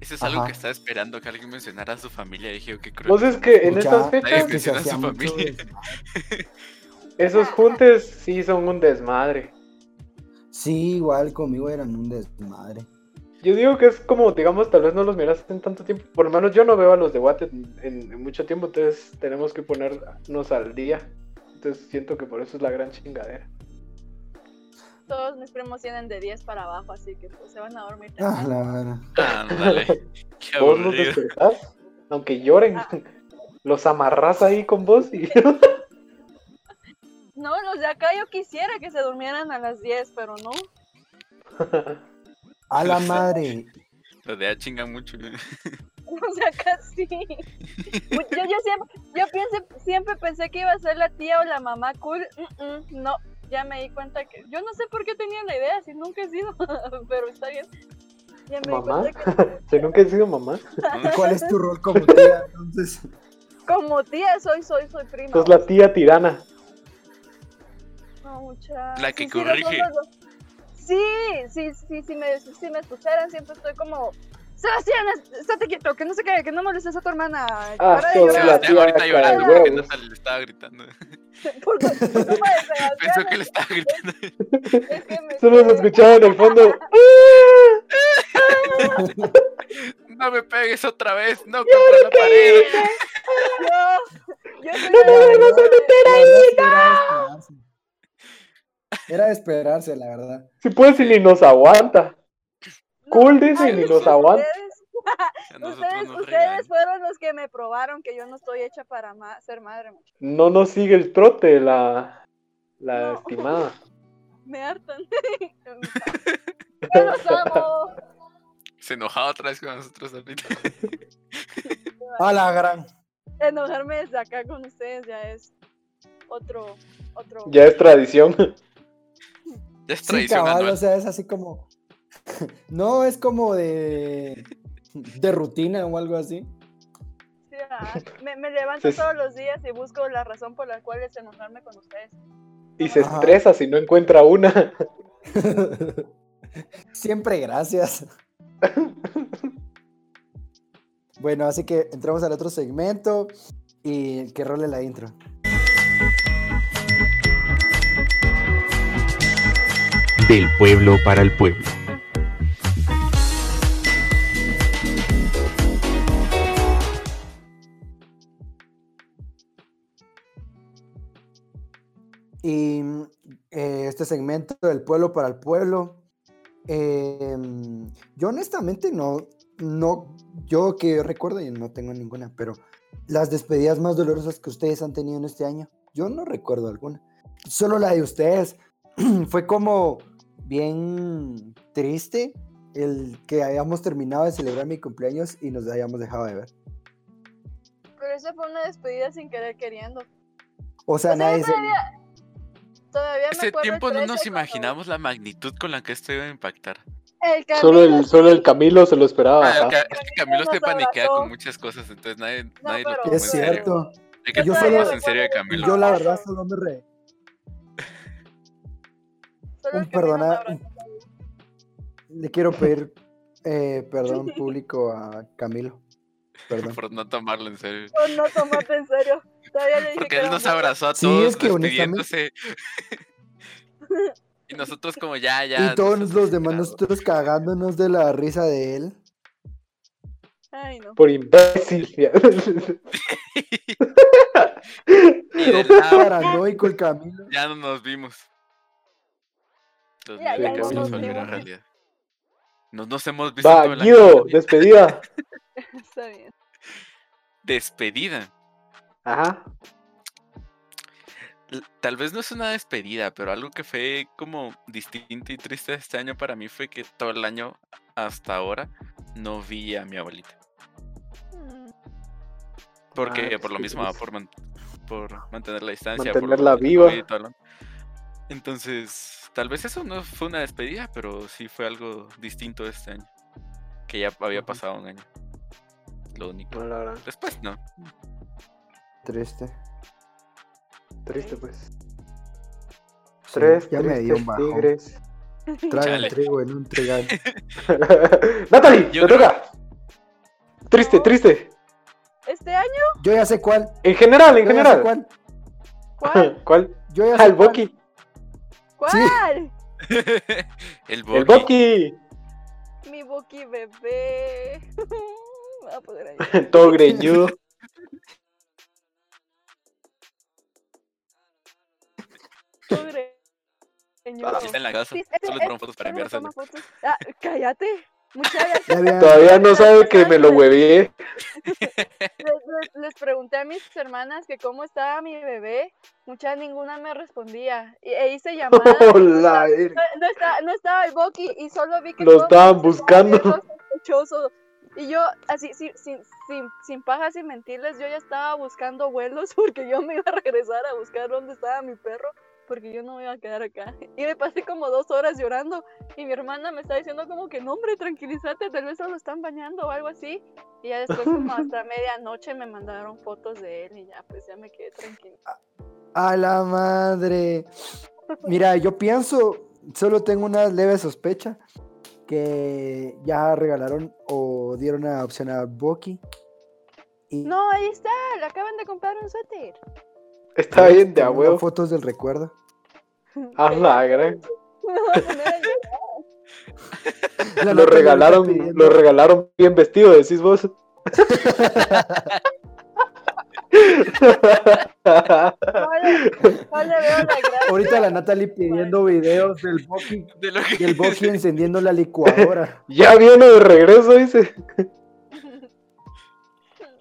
E: Eso es algo
D: Ajá.
E: que estaba esperando que alguien mencionara a su familia. Dije, yo qué cruel.
A: Vos Pues es que en
D: Escucha,
A: estas
E: nadie
A: fechas,
E: me-
D: que se
E: menciona a su
D: hacía mucho
E: familia.
D: desmadre.
A: esos juntes sí son un desmadre.
D: Sí, igual conmigo eran un desmadre.
A: Yo digo que es como, digamos, tal vez no los miraste en tanto tiempo. Por lo menos yo no veo a los de Watt en, en- en mucho tiempo, entonces tenemos que ponernos al día. Entonces siento que por eso es la gran chingadera.
F: Todos mis primos tienen de 10 para abajo, así que pues, se van a dormir.
D: Ah,
F: temprano.
D: la verdad.
E: Ándale. Qué
A: Vos los
E: aburrido.
A: despertás, aunque lloren,
F: Ah.
A: los amarrás ahí con vos y
F: No, los de acá yo quisiera que se durmieran a las 10, pero no.
D: A la madre.
E: Los de A chingan mucho.
F: O sea, casi. Pues Yo, yo siempre, yo piense- siempre pensé que iba a ser la tía o la mamá cool. Mm, mm, no, ya me di cuenta que. Yo no sé por qué tenía la idea, si nunca he sido, pero está bien. Ya me
A: mamá.
F: di cuenta
A: ¿Se nunca he sido mamá?
D: ¿Cuál es tu rol como tía? Entonces,
F: que como tía soy, soy, soy prima.
A: Sos la tía tirana.
F: No, mucha-
E: La que
F: sí, sí, los
E: corrige.
F: dos, los dos. Sí, sí, sí, sí me, sí me escucharan, siempre estoy como. Sebastián, estate quieto, que no se caiga, que no molestes a tu hermana. Para de
A: sos
F: llorar".
A: la
E: Sebastián
A: Ah, tía
E: ahorita
A: cara
E: llorando
A: de
E: porque
A: huevos.
E: Natalia le estaba gritando.
F: Por tu- por culpa de
E: Pensó
F: Sebastián,
E: que le estaba gritando.
F: es que me-
A: Solo se escuchaba en el fondo. "¡Ah!".
E: No me pegues otra vez, no contra la pared.
F: Yo- yo
D: La
F: soy la-
D: verdad-
F: yo-
D: la verdad sí era de esperarse. Era de esperarse, la verdad.
A: Si puedes, y ni nos aguanta. Cool, dice, y
F: Ay,
A: ni
F: ustedes-
A: nos aguanta.
E: A nosotros
F: Ustedes,
E: nos
F: ustedes
E: regañan.
F: fueron los que me probaron que yo no estoy hecha para ma- ser madre. muchachos.
A: No nos sigue el trote, la, la
F: No.
A: estimada.
F: Me hartan. ¡Yo los amo!
E: Se enojaba otra vez con nosotros ahorita.
D: A la gran.
F: Enojarme desde acá con ustedes ya es otro. otro.
A: Ya es tradición.
E: Ya es
D: Sí,
E: tradición
D: cabal, o
E: anual.
D: sea, es así como. No, es como de. de rutina o algo así.
F: Sí, ah, me, me levanto
A: Se-
F: todos los días y busco la razón por la cual es enojarme con ustedes.
A: Y se
D: Ajá.
A: estresa si no encuentra una.
D: Siempre gracias. Bueno, así que entramos al otro segmento y que role la intro.
G: Del pueblo para el pueblo.
D: Y mm, eh, este segmento del pueblo para el pueblo, eh, mm, yo honestamente no, no, yo que recuerdo y no tengo ninguna, pero las despedidas más dolorosas que ustedes han tenido en este año, yo no recuerdo alguna. Solo la de ustedes. Fue como bien triste el que hayamos terminado de celebrar mi cumpleaños y nos hayamos dejado de ver.
F: Pero eso fue una despedida sin querer queriendo.
D: O sea,
F: O sea,
D: nadie se...
F: Todavía me
E: Ese
F: acuerdo el
E: tiempo no
F: 13
E: nos
F: cuando-
E: imaginamos la magnitud con la que esto iba a impactar.
F: El
A: Solo
F: Camilo,
A: el, solo el
F: sí.
A: Camilo se lo esperaba.
E: Ah,
A: ajá.
E: el Ca- es que Camilo
F: nos
E: se paniquea
F: abrazó.
E: con muchas cosas, entonces nadie,
F: No,
E: nadie lo
F: pero-
E: toma en
D: Es
F: fue-
E: serio.
D: cierto.
E: Hay que
D: Yo
E: tomarnos
D: solo-
E: en serio de Camilo.
D: Yo la verdad solo me re...
F: Solo el
D: Un
F: Camilo
D: perdona-
F: me abrazó.
D: Le quiero pedir eh, perdón público a Camilo. Perdón.
E: Por no tomarlo en serio.
F: Por no tomarte en serio. Todavía le dije
E: Porque
F: que
E: él
F: era
E: nos
F: un-
E: abrazó a
D: Sí,
E: todos
D: es que honestamente-
E: despidiéndose. y nosotros como ya, ya.
D: Y todos
E: nosotros
D: los demás
E: esperando.
D: nosotros cagándonos de la risa de él.
F: Ay, no.
A: Por imbécil. ya.
E: Y de lado,
D: Paranoico el Camilo.
E: ya no nos vimos. Los
F: Ya,
A: ya
E: que
A: no
E: nos
A: nos
E: volvieron a
A: vimos.
E: realidad. Nos, nos hemos visto
A: Va,
E: toda la
A: Guido,
E: vida.
A: despedida.
F: Está bien.
E: despedida.
A: Ajá.
E: L- Tal vez no es una despedida, pero algo que fue como distinto y triste este año para mí fue que todo el año hasta ahora no vi a mi abuelita.
F: Mm,
E: Porque
A: pues
E: por lo
A: qué
E: mismo, ah,
A: triste.
E: por, man- por mantener la distancia. por lo
A: Mantenerla
E: del COVID
A: viva.
E: y todo lo- Entonces, tal vez eso no fue una despedida, pero sí fue algo distinto este año. Que ya había
A: Ujú.
E: pasado un año. Lo único.
A: No, la verdad.
E: Después no.
D: Triste.
A: Triste, pues.
D: Sí,
A: Tres,
D: ya me dio un
A: tristes
D: bajón.
A: tigres.
D: Traga
E: Chale.
D: trigo en un trigal.
A: Natalie,
E: Yo
A: te
E: creo-
A: toca. Triste, triste.
F: Este año,
D: Yo ya sé cuál.
A: En general, en
D: Yo ya sé
A: general.
D: cuál.
F: ¿cuál?
A: ¿Cuál?
D: Yo ya
A: Ah,
D: sé
A: el
D: cuál.
A: Boki.
F: ¿Cuál?
E: el
A: El
E: Boki.
A: Boki.
F: Mi boqui bebé. Me voy a poner ahí.
A: Todo greñudo.
F: Pobre señor.
E: Si está en la casa,
F: Sí, ese-
E: solo
F: ese-
E: fueron fotos Ah, para
F: ese me
E: enviárselo.
F: toma fotos. Ah, cállate. Muchas gracias.
D: Ya había-
A: Todavía no sabe que me lo huevé.
F: Les, les- les pregunté a mis hermanas que cómo estaba mi bebé. Mucha ninguna me respondía. Y- E hice llamadas. y no
A: Hola,
F: estaba- no, no estaba, no estaba el Boqui y solo vi que
A: Lo
F: todos
A: estaban
F: estaban
A: buscando.
F: viendo sospechoso. Y yo, así, sin, sin, sin, sin paja, sin mentirles, yo ya estaba buscando vuelos porque yo me iba a regresar a buscar dónde estaba mi perro porque yo no me iba a quedar acá. Y me pasé como dos horas llorando y mi hermana me está diciendo como que, no hombre, tranquilízate, tal vez lo están bañando o algo así. Y ya después como hasta medianoche me mandaron fotos de él y ya, pues ya me quedé tranquila.
D: A la madre. Mira, yo pienso, solo tengo una leve sospecha que ya regalaron o dieron la opción a Boki. Y
F: No, ahí está, le acaban de comprar un suéter.
A: Está bien, de a
D: teniendo
A: huevo.
D: fotos del recuerdo.
A: A la gran.
F: Me voy a poner a llorar.
D: La
A: Lo
D: nota ya
A: regalaron,
D: me está pidiendo-
A: lo regalaron bien vestido, decís vos.
F: No le, no le veo la gracia.
D: Ahorita la Natalie pidiendo videos del Boki,
E: De lo que-
D: del Boki encendiendo la licuadora.
A: ya viene de regreso, dice.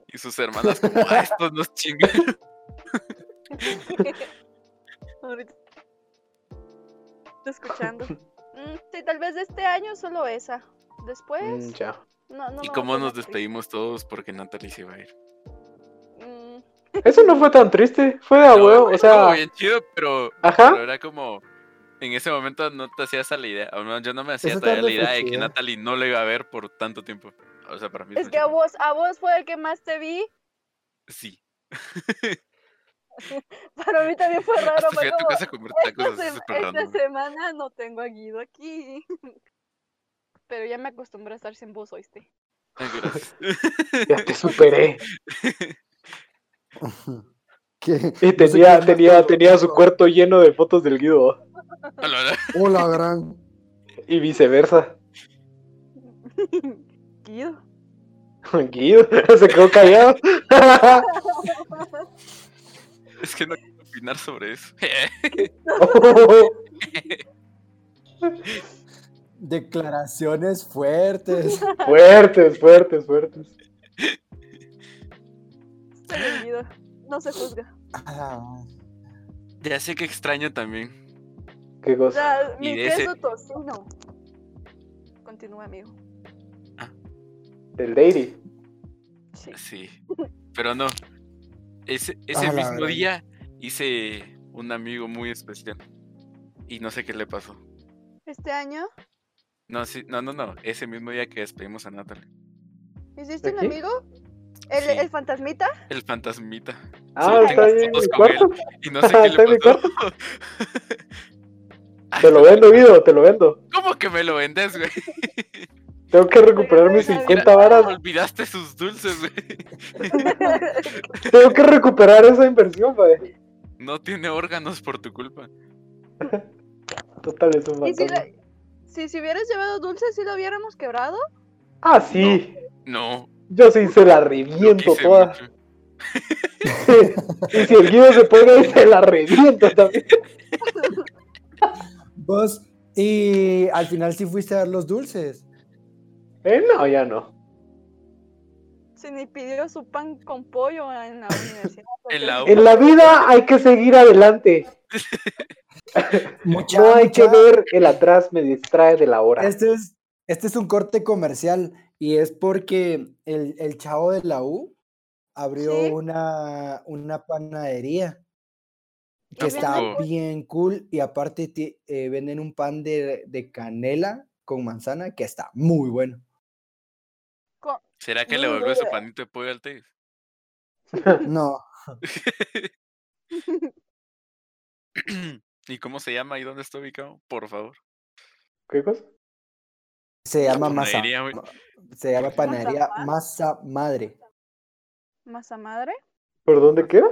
E: y sus hermanas como, "Ah, estos nos chingan.
F: Ahorita estoy escuchando. Mm, sí, tal vez de este año solo esa. Después,
A: Mm, ya.
F: no, no. me voy
E: ¿Y
F: a
E: cómo
F: poner
E: nos
F: triste.
E: despedimos todos? Porque Natalie se iba a ir.
F: Mm,
A: Eso no fue tan triste, fue de a
E: No,
A: Ah, huevo, o
E: estuvo
A: sea,
E: bien chido, pero
A: ajá.
E: Pero era como. En ese momento no te hacías a la idea. o no, yo no me hacía
D: Esa
E: todavía la
D: tarde fue
E: idea de que
D: chida.
E: Natalie no lo iba a ver por tanto tiempo. O sea, para mí.
F: es
E: mucho
F: que a
E: tiempo.
F: vos, a vos fue el que más te vi.
E: Sí.
F: Para mí también fue raro.
E: Hasta
F: este Fue
E: fui a tu
F: como,
E: casa a comer tacos.
F: esta,
E: así
F: sem-
E: súper
F: esta
E: random.
F: semana no tengo a Guido aquí. Pero ya me acostumbré a estar sin vos, ¿oíste?
E: Ay, gracias.
A: Ya te superé.
D: Que-
A: Y
D: no sé qué
A: tenía,
D: más
A: tenía,
D: tengo.
A: tenía su cuarto lleno de fotos del Guido
E: A la hora.
D: Hola, gran.
A: y viceversa.
F: Guido.
A: Guido se quedó callado.
E: Es que no quiero opinar sobre eso.
D: Declaraciones fuertes.
A: fuertes, fuertes, fuertes.
F: Soy el Guido. No se juzga.
D: A la madre.
E: ya sé que extraño también.
A: Qué
F: O
A: cosa.
F: sea,
E: Y
F: mi
E: de ese-
F: queso tocino. Continúa, amigo.
A: Del Lady.
F: Sí.
E: Sí. Pero no. Ese, ese
D: A la
E: mismo
D: gran.
E: día hice un amigo muy especial. Y no sé qué le pasó.
F: Este año
E: No, sí, no, no, no. Ese mismo día que despedimos a Natalie.
F: hiciste un
A: ¿Aquí?
F: amigo. ¿El,
E: Sí.
F: el fantasmita?
E: El fantasmita.
A: Ah,
E: Solo
A: está
E: tengo
A: bien.
E: fotos
A: ¿Mi
E: con él.
A: cuarto?
E: Y no sé qué
A: Está en mi
E: le pasó. Ay,
A: Te lo vendo, Guido, te lo vendo.
E: ¿Cómo que me lo vendes, güey?
A: Tengo que recuperar mis
F: Mira,
A: 50 varas.
E: Olvidaste sus dulces, güey.
A: Tengo que recuperar esa inversión, madre.
E: No tiene órganos por tu culpa.
A: Total, es un
F: ¿Y si,
A: fantasma.
F: le- si, si hubieras llevado dulces, si lo hubiéramos quebrado?
A: Ah, sí.
E: No,
A: Yo sí se la
E: Lo
A: reviento
E: quise
A: toda.
E: mucho.
A: y si el Guido se pone, se la reviento también.
D: Vos, y al final sí fuiste a dar los dulces.
A: Eh, no, ya no.
F: Se ni pidió su pan con pollo en la universidad.
E: En la
A: En la vida hay que seguir adelante.
D: Mucha,
A: No hay que
D: mucha.
A: ver el atrás, me distrae de la hora.
D: Este es, este es un corte comercial y es porque el, el chavo de la U abrió
F: Sí.
D: una, una panadería que
E: ¿A
D: está
E: poco?
D: bien cool y aparte ti- eh, venden un pan de, de canela con manzana que está muy bueno.
E: ¿Será que le
F: Muy
E: volvió su
F: buena.
E: panito de pollo al Teis?
D: No,
E: ¿Y cómo se llama y dónde está ubicado? Por favor.
A: ¿Qué cosa?
D: se llama masa.
E: panadería, güey.
D: ma- Se llama panadería
F: ma-
D: masa madre.
F: ¿Masa madre?
A: ¿Por dónde queda?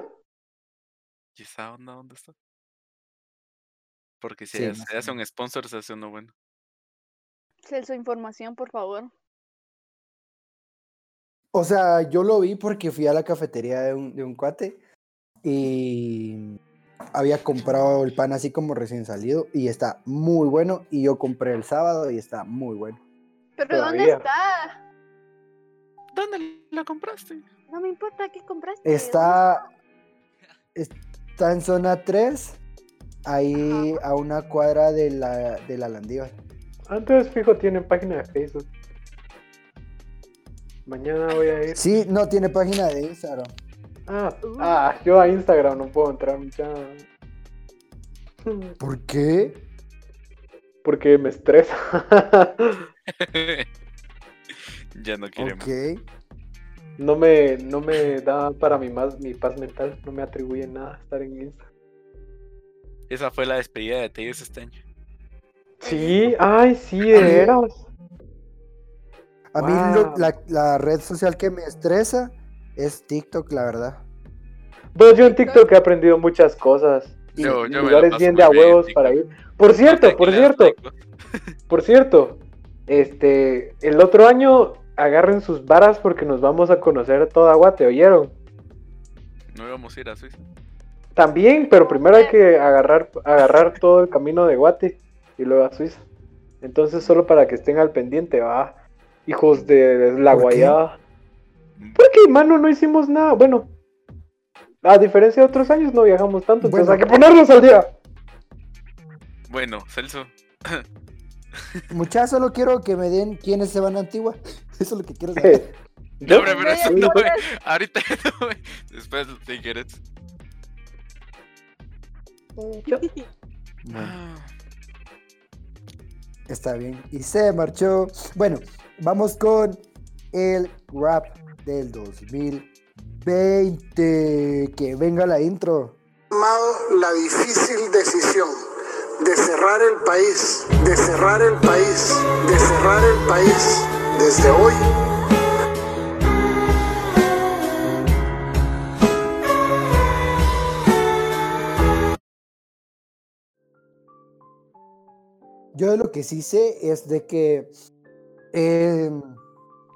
E: ¿Y esa onda dónde está? Porque si
D: Sí,
E: se
D: más o
E: hace un sponsor, se hace uno bueno.
F: Celso, información, por favor.
D: O sea, yo lo vi porque fui a la cafetería de un, de un cuate y había comprado el pan así como recién salido y está muy bueno. Y yo compré el sábado y está muy bueno.
F: ¿Pero dónde
A: Todavía.
F: está?
E: ¿Dónde la compraste?
F: No me importa qué compraste.
D: Está, está en zona 3, ahí a una cuadra de la, de la Landívar.
A: Antes, fijo, tienen página de Facebook. Mañana voy a ir.
D: Sí, no tiene página de Instagram.
A: Ah, ah, yo a Instagram no puedo entrar, mucha.
D: ¿Por qué?
A: Porque me estresa.
E: ya no quiere más.
D: Ok.
A: No me, no me da para mi, más, mi paz mental. No me atribuye nada estar en Instagram.
E: Esa fue la despedida de Teis este año.
A: Sí, ay, sí, de veras.
D: A mí lo-
A: Wow.
D: la, la red social que me estresa es TikTok, la verdad.
A: Pues yo en TikTok he aprendido muchas cosas. Y
E: Yo- yo me la
A: lugares
E: paso
A: bien
E: muy
A: de a
E: bien en
A: huevos
E: TikTok.
A: para ir. Por cierto, por
E: Tequila,
A: cierto,
E: rico.
A: por cierto. Este, el otro año agarren sus varas porque nos vamos a conocer toda Guate, ¿oyeron?
E: No íbamos a ir a Suiza.
A: También, pero primero hay que agarrar, agarrar todo el camino de Guate y luego a Suiza. Entonces, solo para que estén al pendiente, va. Hijos de la
D: ¿Por qué?
A: guayada. Porque, mano, no hicimos nada. Bueno, a diferencia de otros años, no viajamos tanto. Entonces, hay
D: Bueno.
A: que ponernos al día.
E: Bueno, Celso,
D: Muchachos, solo quiero que me den quiénes se van a Antigua. Eso es lo que quiero saber.
A: Yo-
E: hombre, pero eso
A: Sí,
E: no,
A: güey.
E: güey. ahorita no, güey. Después, si quieres.
D: Bueno, está bien. Y se marchó. Bueno, vamos con el rap del 2020. Que venga la intro.
H: tomado la difícil decisión de cerrar el país, de cerrar el país, de cerrar el país desde hoy.
D: Yo de lo que sí sé es de que eh,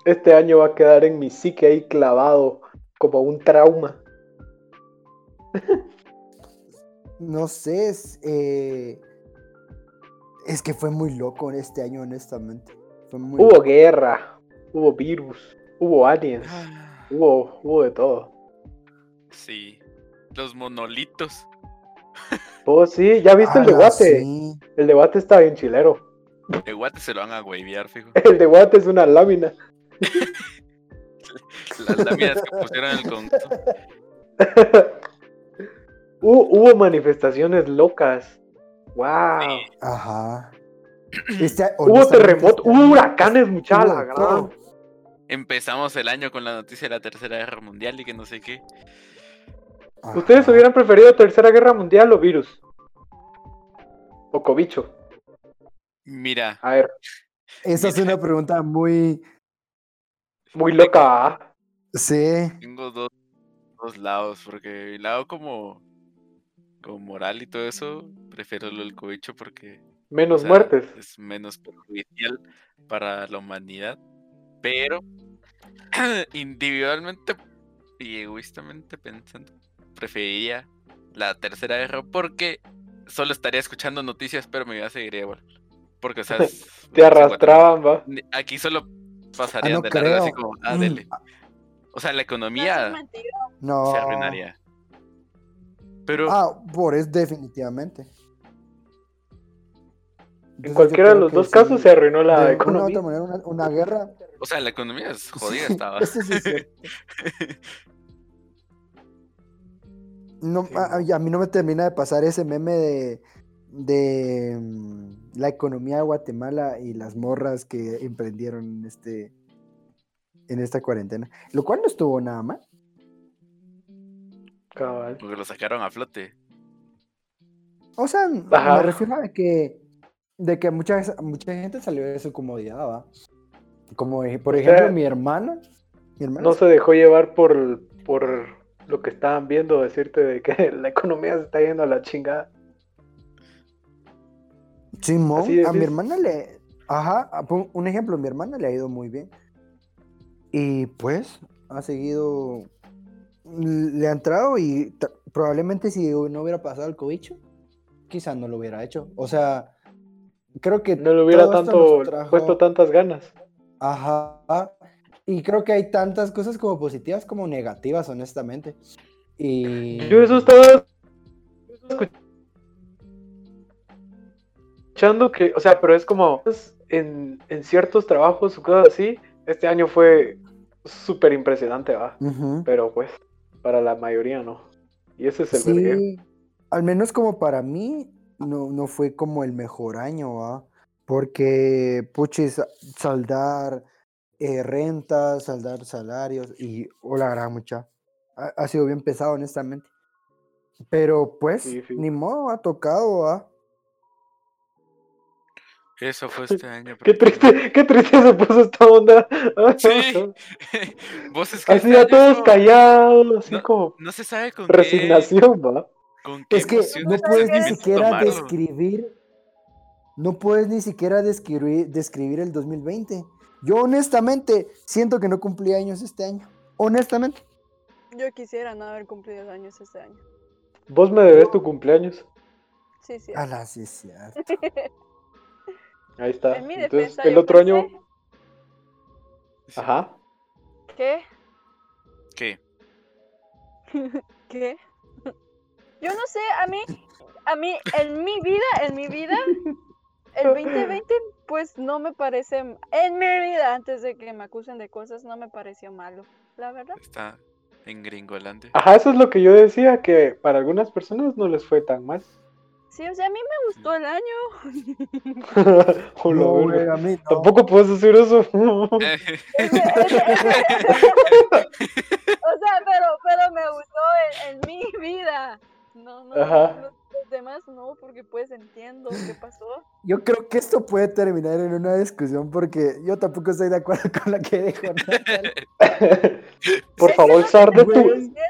A: Este año va a quedar en mi psique ahí clavado, como un trauma.
D: no sé, es, eh, es que fue muy loco en este año, honestamente. Fue muy
A: Hubo
D: loco.
A: guerra, hubo virus, hubo aliens,
D: Ah.
A: hubo, hubo de todo.
E: Sí. Los monolitos.
A: Oh, sí, ya viste el de
D: Ala,
A: Guate.
D: Ah, sí.
A: El debate está bien chilero.
E: De guate se lo van a hueviar, fijo.
A: El debate es una lámina.
E: Las láminas que pusieron en el Congreso.
A: Hu- hubo manifestaciones locas. ¡Wow!
D: Ajá. Este-
A: hubo
D: honestamente,
A: terremotos,
D: este
A: hubo
D: año
A: huracanes, mucha
D: estuvo
A: la
D: de todo.
A: gran.
E: Empezamos el año con la noticia de la Tercera Guerra Mundial y que no sé qué.
D: Ajá.
A: Ah. ¿Ustedes hubieran preferido Tercera Guerra Mundial o virus? O cobicho.
E: Mira,
A: A ver,
D: Esa es una pregunta muy.
A: muy loca. ¿ah?
D: Sí.
E: tengo dos, dos lados, porque el lado como, como moral y todo eso, prefiero lo del cobicho porque o
A: Menos
E: sea,
A: muertes.
E: es menos perjudicial para la humanidad. Pero individualmente y egoístamente pensando, preferiría la tercera guerra porque solo estaría escuchando noticias, pero mi vida seguiría igual. Porque, o sea, es-
A: Te arrastraban, va.
E: Ni- Aquí solo pasarían
D: Ah, no
E: de largo, así
D: creo.
E: como, ah,
D: Mm.
E: dele. O sea, la
F: Eso es
E: economía
F: mentira.
D: No.
E: se arruinaría. Pero
D: Ah, por eso definitivamente. Entonces,
A: En
D: yo
A: cualquiera de
D: creo
A: los
D: que
A: dos
D: sí,
A: casos se arruinó
D: de
A: la
D: alguna u otra
A: economía.
D: manera, una, una guerra.
E: O sea, la economía es jodida
D: Sí,
E: estaba.
D: eso sí es cierto. No, a, a- a mí no me termina de pasar ese meme de, de mm, la economía de Guatemala y las morras que emprendieron en este en esta cuarentena. Lo cual no estuvo nada mal.
A: Cabal.
E: Porque lo sacaron a flote.
D: O sea,
A: Ajá.
D: me refiero a que de que mucha, mucha gente salió de su comodidad, ¿va? Como eh, por
A: O
D: ejemplo
A: sea,
D: mi hermana. Mi hermana
A: No se dejó llevar por, por lo que estaban viendo, decirte de que la economía se está yendo a la chingada.
D: Simón,
A: Así
D: a mi
A: decís.
D: hermana le. Ajá, a- pon- un ejemplo, mi hermana le ha ido muy bien. Y pues, ha seguido. Le ha entrado y ta- probablemente si no hubiera pasado el cobicho, quizás no lo hubiera hecho. O sea, creo que.
A: No le hubiera
D: todo esto
A: tanto
D: nos trajo-
A: puesto tantas ganas.
D: Ajá. Y creo que hay tantas cosas como positivas como negativas, honestamente. Y.
A: Yo eso estaba escuchando que, o sea, pero es como en, en ciertos trabajos o cosas así, este año fue súper impresionante, va.
D: Ujú.
A: Pero pues, para la mayoría no. Y ese es el vergueo.
D: Sí, al menos como para mí, no, no fue como el mejor año, ¿va? Porque, puches, sa- saldar eh, rentas, saldar salarios y, o la gran mucha. Ha, ha sido bien pesado, honestamente. Pero, pues,
A: Sí, sí.
D: ni modo, ha tocado, ¿va?
E: Eso fue este año.
A: Qué triste, qué triste se puso esta onda.
E: Sí. Vos es que
A: Así
E: este
A: ya
E: año
A: todos
E: no-
A: callados, así
E: No,
A: como
E: No se sabe con qué-
A: resignación, va.
E: con qué
D: Es que
E: emociones
D: no
E: y
D: puedes ni
E: sentimientos
D: siquiera
E: tomarlo.
D: describir, no puedes ni siquiera describir, describir el 2020. Yo, honestamente, siento que no cumplí años este año. Honestamente.
F: Yo quisiera no haber cumplido años este año.
A: Vos me debes tu cumpleaños.
F: Sí, sí.
A: Ah,
D: A Ah, la sí es cierto.
A: Ahí está.
F: En mi
A: Entonces,
F: defensa,
A: el
F: yo
A: otro
F: pensé
A: año. Ajá.
F: que-
E: ¿Qué?
F: ¿Qué? Yo no sé, a mí, a mí, en mi vida, en mi vida, el 2020, pues no me parece, m- en mi vida, antes de que me acusen de cosas, no me pareció malo, la verdad.
E: Está en Gringolandia.
D: Ah,
A: Ajá, eso es lo que yo decía, que para algunas personas no les fue tan mal.
F: Sí, o sea, a mí me gustó el año.
A: O lo
D: No,
A: verga.
D: güey, a mí no.
A: Tampoco puedes decir eso.
F: Es de- es de- es de- o sea, pero, pero me gustó en, en mi vida. No, no,
A: Ajá.
F: los, los demás no, porque pues entiendo qué pasó.
D: Yo creo que esto puede terminar en una discusión porque yo tampoco estoy de acuerdo con lo que dijo Natalie.
A: por
F: Es que
A: favor,
F: no
A: sal de
F: tenemos
A: tu.
D: Güey.
F: diciendo,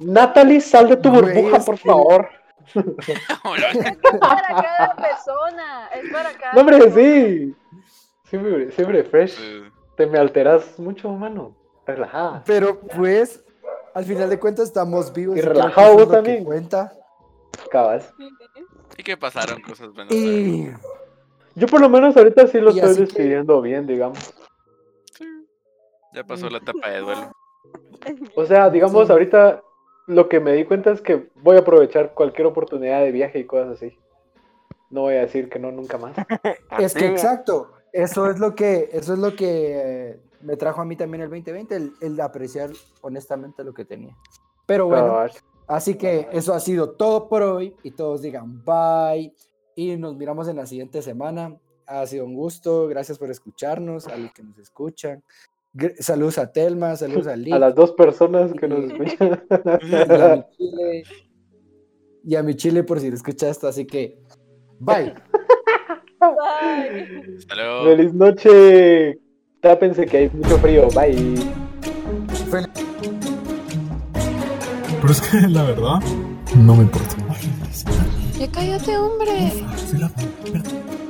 A: Natalie, sal de tu
D: Güey,
A: burbuja,
D: es
A: por
D: que-
A: favor.
F: Es que es para cada persona, es para cada
A: No, hombre,
F: persona.
A: sí. Siempre, siempre fresh. Te me alteras mucho, mano. Relajada.
D: Pero pues, al final de cuentas estamos vivos.
A: Y
D: creo que eso
A: relajado
D: es
A: vos
D: lo que
A: también.
D: Cuenta.
A: Cabas.
E: Y que pasaron cosas buenas. ¿sabes?
D: Y
A: Yo por lo menos ahorita sí lo
D: Y
A: estoy
D: así que-
A: despidiendo bien, digamos.
E: Ya pasó la etapa de duelo.
A: O sea, digamos,
D: Sí.
A: ahorita lo que me di cuenta es que voy a aprovechar cualquier oportunidad de viaje y cosas así. No voy a decir que no nunca más.
D: es que exacto, eso es lo que, eso es lo que eh, me trajo a mí también el 2020, el, el apreciar honestamente lo que tenía. Pero bueno,
A: Cabal.
D: Así que eso ha sido todo por hoy y todos digan bye y nos miramos en la siguiente semana. Ha sido un gusto, gracias por escucharnos, a los que nos escuchan. Gr- Saludos a Telma, saludos a Lick,
A: A las dos personas que nos escuchan.
D: y, a mi chile, y a mi chile por si lo escucha esto, así que bye.
F: Bye.
E: Hasta luego.
A: Feliz noche. Tápense que hay mucho frío. Bye.
B: Pero es que la verdad, no me importa.
C: Ya cállate, hombre.
B: Perdón.